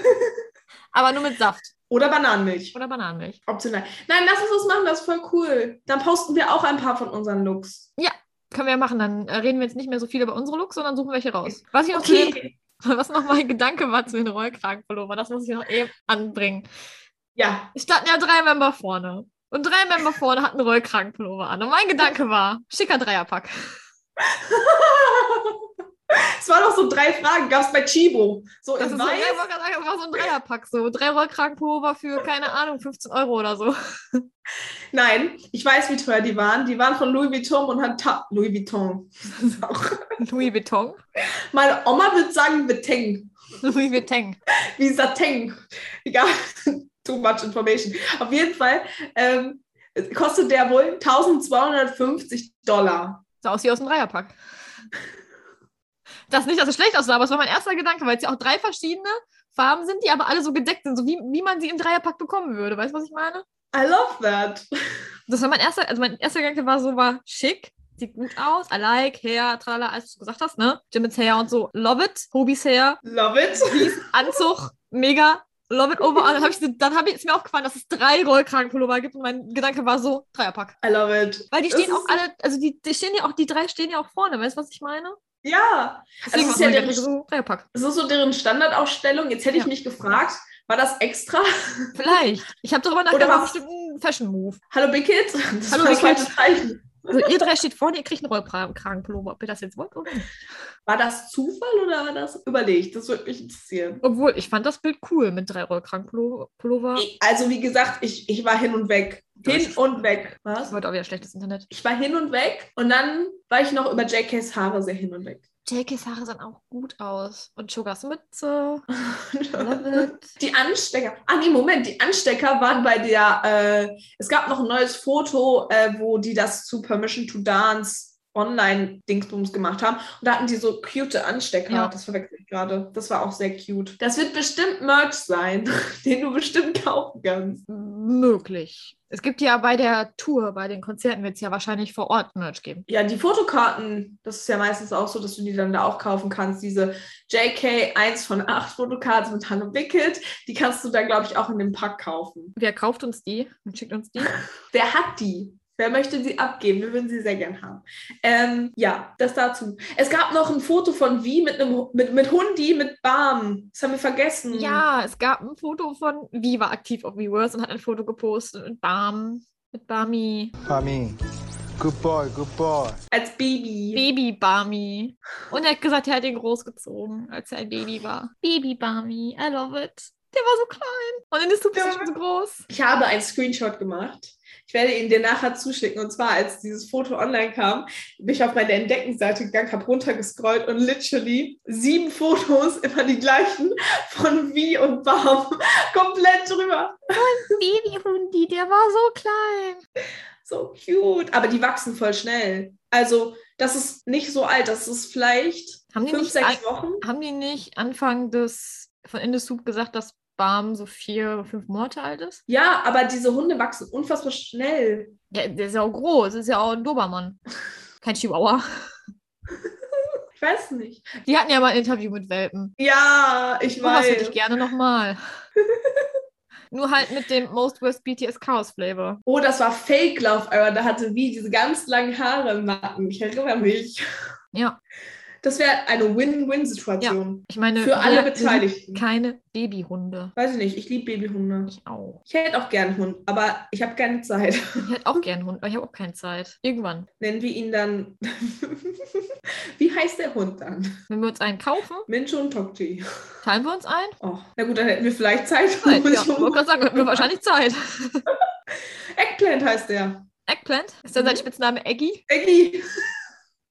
Aber nur mit Saft Oder Bananenmilch. oder Bananenmilch. Optional. Nein, lass uns das machen, das ist voll cool. Dann posten wir auch ein paar von unseren Looks. Können wir ja machen. Dann äh, reden wir jetzt nicht mehr so viel über unsere Looks, sondern suchen welche raus. Was ich noch zu den, Okay. was noch mein Gedanke war zu den Rollkragenpullover, das muss ich noch eben anbringen. <laughs> Ja, <laughs> Es standen ja drei Member vorne. Und drei Member vorne hatten Rollkragenpullover an. Und mein Gedanke war, schicker Dreierpack. es waren noch so drei Fragen, gab es bei Chibo. So Das in ist so, ja, ich weiß, wollte gerade sagen, das war so ein Dreierpack. So drei Rollkragenpullover für, keine Ahnung, 15 Euro oder so. nein, ich weiß, wie teuer die waren. Die waren von Louis Vuitton und hat Ta- Louis Vuitton. Das ist auch. <laughs> Louis Vuitton. Meine Oma würde sagen Vuitton. Louis Vuitton. <laughs> wie Sateng. Egal, too much information. Auf jeden Fall ähm, kostet der wohl 1250 Dollar. Sah aus wie aus dem Dreierpack. Das nicht, dass es schlecht aussah, aber es war mein erster Gedanke, weil es ja auch drei verschiedene Farben sind, die aber alle so gedeckt sind, so wie, wie man sie im Dreierpack bekommen würde. Weißt du, was ich meine? I love that. Das war mein erster, also mein erster Gedanke war so, war schick, sieht gut aus, I like, Hair, tralala, alles, was du gesagt hast, ne? Jimmy's Hair und so, love it, Hobys Hair, Love it. Anzug, mega, love it overall. Dann habe ich, dann hab ich, ist mir aufgefallen, dass es drei Rollkragenpullover gibt und mein Gedanke war so, Dreierpack. I love it. Weil die Das stehen ist- auch alle, also die, die stehen ja auch, die drei stehen ja auch vorne, weißt du, was ich meine? Ja, Deswegen ist war ja mein der Gedanke so, Dreierpack. es ist so deren Standardausstellung. Jetzt hätte ich Ja. mich gefragt, war das extra? <laughs> Vielleicht. Ich habe darüber Oder nachgedacht, aber was- bestimmt ein Fashion-Move. Hallo Big Kid. Das Hallo, war Big das falsche Zeichen. Also ihr drei steht vorne, ihr kriegt einen Rollkragenpullover, ob ihr das jetzt wollt oder nicht. War das Zufall oder war das überlegt? Das würde mich interessieren. Obwohl, ich fand das Bild cool mit drei Rollkragenpullover. Ich- Also wie gesagt, ich, ich war hin und weg. Hin und weg. Das Was? war doch wieder schlechtes Internet. Ich war hin und weg und dann war ich noch über JKs Haare sehr hin und weg. JKs Haare sahen auch gut aus. Und Sugas Mütze. Love it. Ne? Die Anstecker, ah nee, Moment, die Anstecker waren bei der, äh, es gab noch ein neues Foto, äh, wo die das zu Permission to Dance Online-Dingsbums gemacht haben. Und da hatten die so cute Anstecker. Ja. Das verwechsel ich gerade. Das war auch sehr cute. Das wird bestimmt Merch sein, <laughs> den du bestimmt kaufen kannst. Möglich. Es gibt ja bei der Tour, bei den Konzerten wird es ja wahrscheinlich vor Ort Merch geben. Ja, die Fotokarten, das ist ja meistens auch so, dass du die dann da auch kaufen kannst. Diese JK 1 von 8 Fotokarten mit Hanno Wickelt, die kannst du da, glaube ich, auch in dem Pack kaufen. Wer kauft uns die und schickt uns die? Wer hat die? Wer möchte sie abgeben? Wir würden sie sehr gern haben. Ähm, ja, das dazu. Es gab noch ein Foto von Wie mit einem Hu- mit, mit Hundi mit Barm. Das haben wir vergessen. <laughs> Ja, es gab ein Foto von Vi war aktiv auf Weverse und hat ein Foto gepostet mit Bam, mit Bami, Mami, good boy, good boy. Als Baby. Baby Bami. Und er hat gesagt, er hat ihn großgezogen, als er ein Baby war. Baby Bami, I love it. Der war so klein und in der Suppe ist er schon so groß. Ich habe einen Screenshot gemacht. Ich werde ihn dir nachher zuschicken. Und zwar, als dieses Foto online kam, bin ich auf meine Entdeckenseite gegangen, habe runtergescrollt und literally sieben Fotos, <laughs> immer die gleichen, von Wie und Barm. <laughs> Komplett drüber. Baby Hundi, der war so klein. So cute. Aber die wachsen voll schnell. Also, das ist nicht so alt. Das ist vielleicht Haben die fünf, nicht sechs ein- Wochen. Haben die nicht Anfang des von Indesoup gesagt, dass Bam so vier, fünf Monate alt ist? Ja, aber diese Hunde wachsen unfassbar schnell. Ja, der ist ja auch groß, ist ja auch ein Dobermann. Kein Chihuahua. Ich weiß nicht. Die hatten ja mal ein Interview mit Welpen. Ja, ich Und das hätte weiß. ich gerne <laughs> nochmal. Nur halt mit dem Most Worst BTS Chaos Flavor. Oh, das war Fake Love Era. Da hatte wie diese ganz langen Haare im Nacken. Ich erinnere mich. Ja, Das wäre eine Win-Win-Situation. ich meine, Für alle wir- wir sind Beteiligten. Keine Babyhunde. Weiß ich nicht. Ich liebe Babyhunde. Ich auch. Ich hätte auch gern einen Hund, aber ich habe keine Zeit. <laughs> Ich hätte auch gern einen Hund, aber ich habe auch keine Zeit. Irgendwann. Nennen wir ihn dann. <laughs> Wie heißt der Hund dann? Wenn wir uns einen kaufen, Mincho und Tokti. teilen wir uns einen. Oh, na gut, dann hätten wir vielleicht Zeit. Zeit, ja. oh Wollte gerade sagen, <laughs> hätten wir wahrscheinlich Zeit. Eggplant heißt der. Eggplant? Ist Mhm. dann sein Spitzname Eggy? Eggy.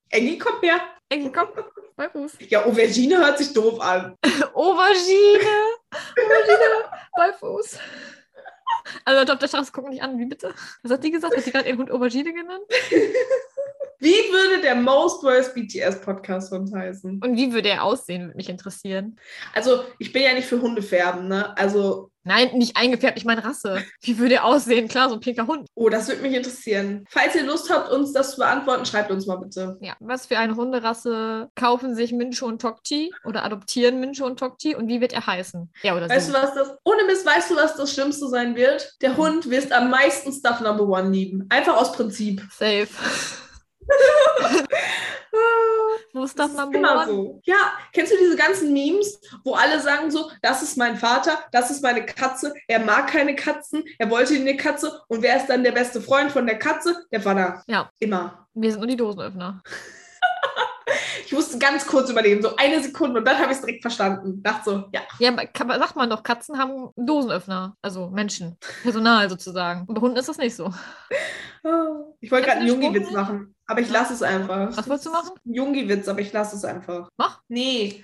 Eggy, komm her. Eggy, <laughs> komm. Bei Fuß. Ja, Aubergine hört sich doof an. Aubergine. Aubergine. bei Fuß. Also Leute auf der Straße gucken dich an. Wie bitte? Was hat die gesagt? Hat die gerade ihren Hund Aubergine genannt? Wie würde der Most Worst BTS Podcast sonst heißen? Und wie würde er aussehen, würde mich interessieren. Also, ich bin ja nicht für Hundefärben, ne? Also, Nein, nicht eingefärbt, ich meine Rasse. Wie würde er aussehen? Klar, so ein pinker Hund. oh, das würde mich interessieren. Falls ihr Lust habt, uns das zu beantworten, schreibt uns mal bitte. Ja. Was für eine Hunderasse kaufen sich Mincho und Tokti oder adoptieren Mincho und Tokti und wie wird er heißen? Ja, oder Weißt sie. du, was das, ohne Mist, weißt du, was das Schlimmste sein wird? Der Hund wirst am meisten Stuff Number One lieben. Einfach aus Prinzip. <laughs> Safe. Ah. Wo ist das ist Number immer One? so. Ja, kennst du diese ganzen Memes, wo alle sagen so, das ist mein Vater, das ist meine Katze, er mag keine Katzen, er wollte eine Katze und wer ist dann der beste Freund von der Katze? Der Vater. Ja. Immer. Wir sind nur die Dosenöffner. Ich musste ganz kurz überlegen, so eine Sekunde und dann habe ich es direkt verstanden. Dachte so, ja. Ja, aber kann, man- sagt man doch, Katzen haben Dosenöffner. Also Menschen. Personal sozusagen. Und bei Hunden ist das nicht so. Ich wollte gerade Hast einen du Jungi-Witz gesprochen? machen, aber ich lasse es einfach. Was wolltest du machen? Einen Jungi-Witz, aber ich lasse es einfach. Mach. Nee.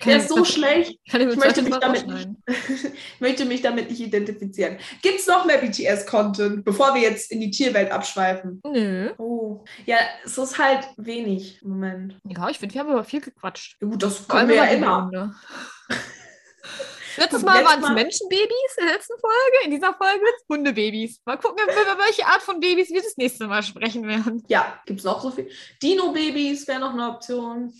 Kann Der ich- ist so schlecht, <laughs> Kann ich, mir Ich möchte zweifelsfrei mich damit rausschneiden. ich möchte mich damit nicht identifizieren. Gibt es noch mehr BTS-Content, bevor wir jetzt in die Tierwelt abschweifen? Nö. Oh, ja, es ist halt wenig im Moment. Ja, ich finde, wir haben aber viel gequatscht. Ja, gut, das Vor allem können wir ja über die immer. <laughs> Hunde. Letztes Und Mal letztes waren es Mal- Menschenbabys in der letzten Folge. In dieser Folge sind es Hundebabys. Mal gucken, über über welche Art von Babys wir das nächste Mal sprechen werden. <laughs> Ja, gibt es noch so viel. Dino-Babys wäre noch eine Option.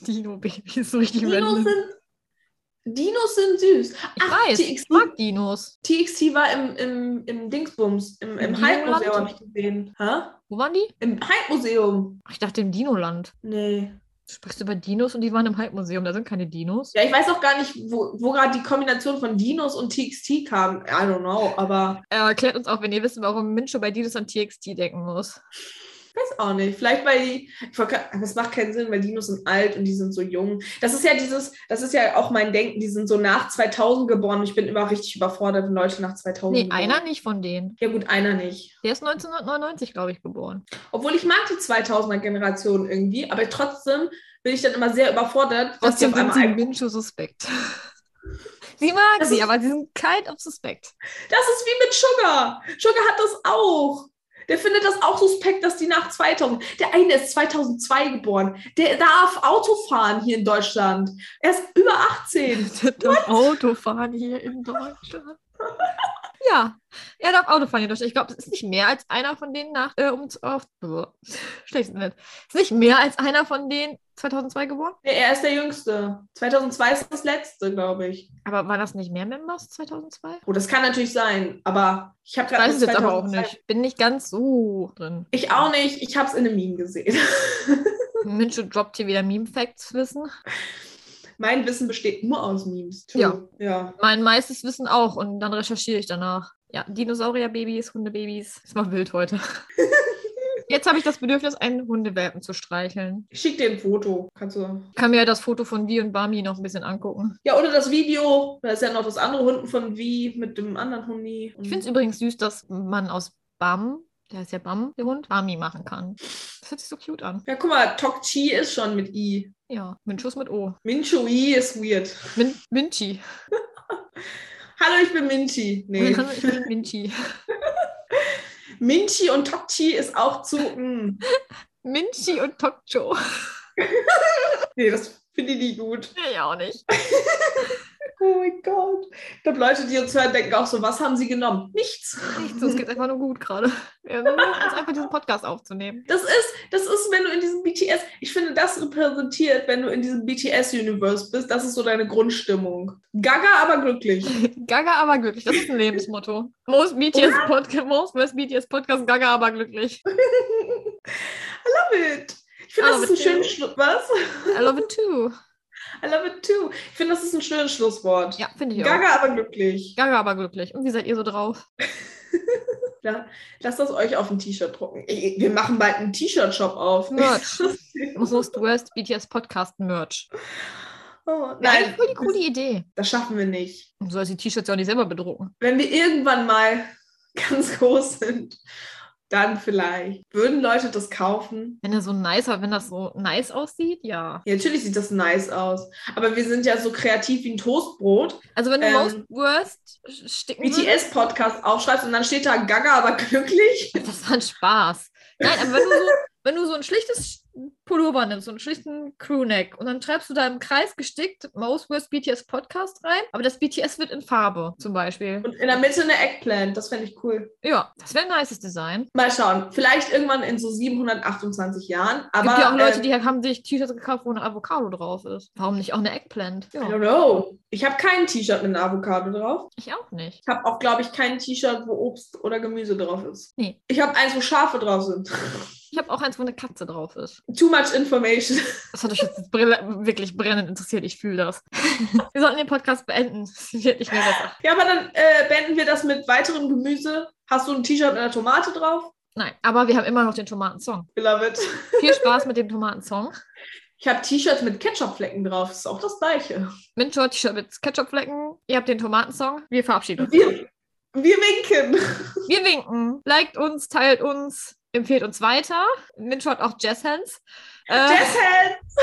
Dino-Babys, so richtig Dinos random. sind, Dinos sind süß. Ich weiß, ich TXT, mag Dinos. TXT war im, im, im Dingsbums, im, im Im Hype-Museum Dinoland? habe ich gesehen. Hä? Wo waren die? Im Hype-Museum? Ach, ich dachte im Dinoland. Nee. Du sprichst über Dinos und die waren im Halbmuseum. Da sind keine Dinos. Ja, ich weiß auch gar nicht, wo, wo gerade die Kombination von Dinos und TXT kam. I don't know, aber Äh, erklärt uns auch, wenn ihr wisst, warum Mincho bei Dinos an TXT denken muss. ich weiß auch nicht. Vielleicht weil die. Ich wollt grad- Das macht keinen Sinn, weil Dinos sind alt und die sind so jung. Das ist ja dieses, das ist ja auch mein Denken, die sind so nach 2000 geboren. Ich bin immer richtig überfordert, wenn Leute nach 2000 Nee, geboren. einer nicht von denen. Ja gut, einer nicht. Der ist 1999, glaube ich, geboren. Obwohl ich mag die 2000er-Generation irgendwie, aber trotzdem bin ich dann immer sehr überfordert, dass die Trotzdem auf sind einmal sie ein- Mincho <laughs> suspekt. sie mag Das sie, ist- aber sie sind kind of <laughs> suspekt. Das ist wie mit Sugar. Sugar hat das auch. Der findet das auch suspekt, dass die nach 2000. Der eine ist 2002 geboren. Der darf Auto fahren hier in Deutschland. Er ist über 18. Der darf Auto fahren hier in <laughs> Deutschland. Ja, er darf Auto fahren hier in Deutschland. Ich glaube, es ist nicht mehr als einer von denen nach, äh, um auf, <laughs> schlechten Witz. Es ist nicht mehr als einer von denen 2002 geboren. Nee, er ist der Jüngste. 2002 ist das letzte, glaube ich. Aber waren das nicht mehr Members 2002? Oh, das kann natürlich sein, aber ich habe Ich gerade. weiß es mit jetzt aber auch 2002 nicht. Bin nicht ganz so drin. Ich auch nicht. Ich habe es in einem Meme gesehen. <laughs> Mincho droppt hier wieder Meme-Facts wissen. mein Wissen besteht nur aus Memes. Ja. ja. Mein meistes Wissen auch und dann recherchiere ich danach. Ja, Dinosaurierbabys, Hundebabys. Ist mal wild heute. Jetzt habe ich das Bedürfnis, einen Hundewelpen zu streicheln. Ich schicke dir ein Foto. Kannst du. Ich kann mir ja das Foto von Vi und Bami noch ein bisschen angucken. Ja, oder das Video. Da ist ja noch das andere Hunden von Wie mit dem anderen Hundi. Ich finde es übrigens süß, dass man aus Bam, der ist ja Bam, der Hund, Bami machen kann. Das hört sich so cute an. Ja, guck mal, Tok Chi ist schon mit I. Ja, Minchus mit O. Minchu I ist weird. Min Minchi. Hallo, ich bin Minchi. Nee. <laughs> Ich bin Minchi. Minchi und Tok Chi ist auch zu. Mm. Minchi und Tokcho. Nee, das finde ich nicht gut. Nee, ja, auch nicht. Oh mein Gott. Ich glaube, Leute, die uns hören, denken auch so, was haben sie genommen? Nichts. Nichts, uns geht einfach nur gut gerade. Wir versuchen jetzt einfach diesen Podcast aufzunehmen. Das ist, das ist, wenn du in diesem BTS, ich finde, das repräsentiert, wenn du in diesem BTS-Universe bist, das ist so deine Grundstimmung. Gaga, aber glücklich. Gaga aber glücklich, das ist ein Lebensmotto. Most BTS Podcast, most West BTS Podcast, Gaga aber glücklich. Love it. Ich finde, I das love ist ein it too. schönes Schlusswort. Was? I love it too. I love it too. Ich finde, das ist ein schönes Schlusswort. Ja, finde ich auch. Gaga, aber glücklich. Gaga aber glücklich. Und wie seid ihr so drauf? La- Lasst das euch auf ein T-Shirt drucken. Ey, Wir machen bald einen T-Shirt-Shop auf. Merch. Most Worst BTS Podcast Merch. <laughs> Oh, Nein. nein, Voll die coole Idee. das schaffen wir nicht. Du sollst die T-Shirts ja auch nicht selber bedrucken. Wenn wir irgendwann mal <laughs> ganz groß sind, dann vielleicht. Würden Leute das kaufen? Wenn er so nice, wenn das so nice aussieht, ja. Ja, natürlich sieht das nice aus. Aber wir sind ja so kreativ wie ein Toastbrot. Also wenn du Ähm, Most Worst sch- sticken würdest, BTS-Podcast aufschreibst und dann steht da Gaga, aber glücklich. das war ein Spaß. Nein, aber wenn du <laughs> so, wenn du so ein schlichtes Pullover nimmst, so einen schlichten Crewneck und dann schreibst du da im Kreis gestickt Most Worst BTS Podcast rein, aber das BTS wird in Farbe zum Beispiel. Und in der Mitte eine Eggplant. Das fände ich cool. Ja, das wäre ein nices Design. Mal schauen. Vielleicht irgendwann in so 728 Jahren. Es Aber, gibt ja auch Leute, ähm, die haben sich T-Shirts gekauft, wo eine Avocado drauf ist. Warum nicht auch eine Eggplant? I Ja, don't know. Ich habe kein T-Shirt mit einer Avocado drauf. ich auch nicht. Ich habe auch, glaube ich, kein T-Shirt, wo Obst oder Gemüse drauf ist. Nee. Ich habe eins, wo Schafe drauf sind. <laughs> Ich habe auch eins, wo eine Katze drauf ist. Too much information. <laughs> Das hat euch jetzt brille- wirklich brennend interessiert. Ich fühle <laughs> das. Wir sollten den Podcast beenden. Es wird nicht mehr besser. Ja, aber dann äh, beenden wir das mit weiterem Gemüse. Hast du ein T-Shirt mit einer Tomate drauf? Nein, aber wir haben immer noch den Tomatensong. I love it. Viel Spaß mit dem Tomatensong. Ich habe T-Shirts mit Ketchupflecken drauf. Ist auch das gleiche. Mint Short T-Shirt mit Ketchupflecken. Ihr habt den Tomatensong. Wir verabschieden uns. <laughs> Wir, wir winken. Wir winken. Liked uns, teilt uns. empfiehlt uns weiter. Minshot auch Jazz Hands. Äh, <laughs> Jazz Hands!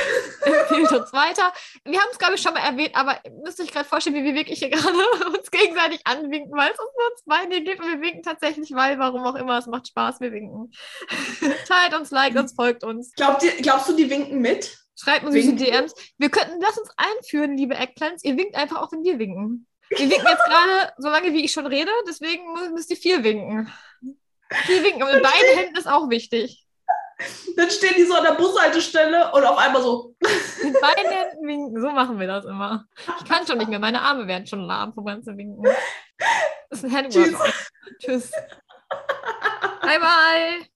empfiehlt uns weiter. Wir haben es, glaube ich, schon mal erwähnt, aber ihr müsst euch gerade vorstellen, wie wir wirklich hier <laughs> gerade uns gegenseitig anwinken, weil es uns nur uns beide gibt und wir winken tatsächlich, weil, warum auch immer, es macht Spaß, wir winken. <laughs> Teilt uns, liked uns, folgt uns. Glaubt ihr, glaubst du, die winken mit? Schreibt uns in die Winken? DMs. Wir könnten, lass uns einführen, liebe Eggplants. Ihr winkt einfach auch, wenn wir winken. Wir winken jetzt gerade <laughs> so lange, wie ich schon rede, deswegen mu- müsst ihr vier winken. Vier winken. Und mit beiden Händen ist auch wichtig. Dann stehen die so an der Bushaltestelle und auf einmal so. Mit beiden Händen winken. So machen wir das immer. Ich kann schon nicht mehr. Meine Arme werden schon lahm vom ganzen Winken. Das ist ein Handwork. Tschüss. Bye, bye.